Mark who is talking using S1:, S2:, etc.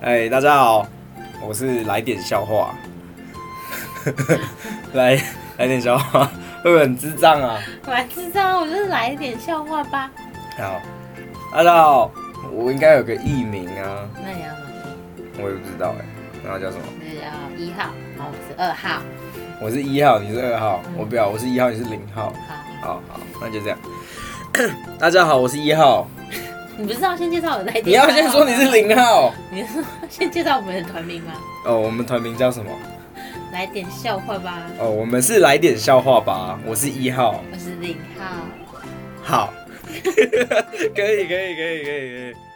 S1: 哎、大家好，我是来点笑话， 来来点笑话，会不会很智障啊？
S2: 蛮智障，我就是来一点笑话吧。
S1: 好，大家好，我应该有个艺名啊，
S2: 那你要什么？
S1: 我也不知道哎、然后叫什么？
S2: 那你要啊一号，好，我是二号，
S1: 我是一号，你是二号，
S2: 嗯
S1: 我不要，我是一号，你是零号。
S2: 好。
S1: 好好，那就这样。 大家好，我是一号。
S2: 你不是要先介绍我来一点？
S1: 你要先说你是，零号
S2: 你是说先介绍我们的团名吗？
S1: 哦。我们团名叫什么？
S2: 来点笑话吧。
S1: 哦，我们是来点笑话吧。我是一号。
S2: 我是零号。
S1: 好，可以可以可以可以可以。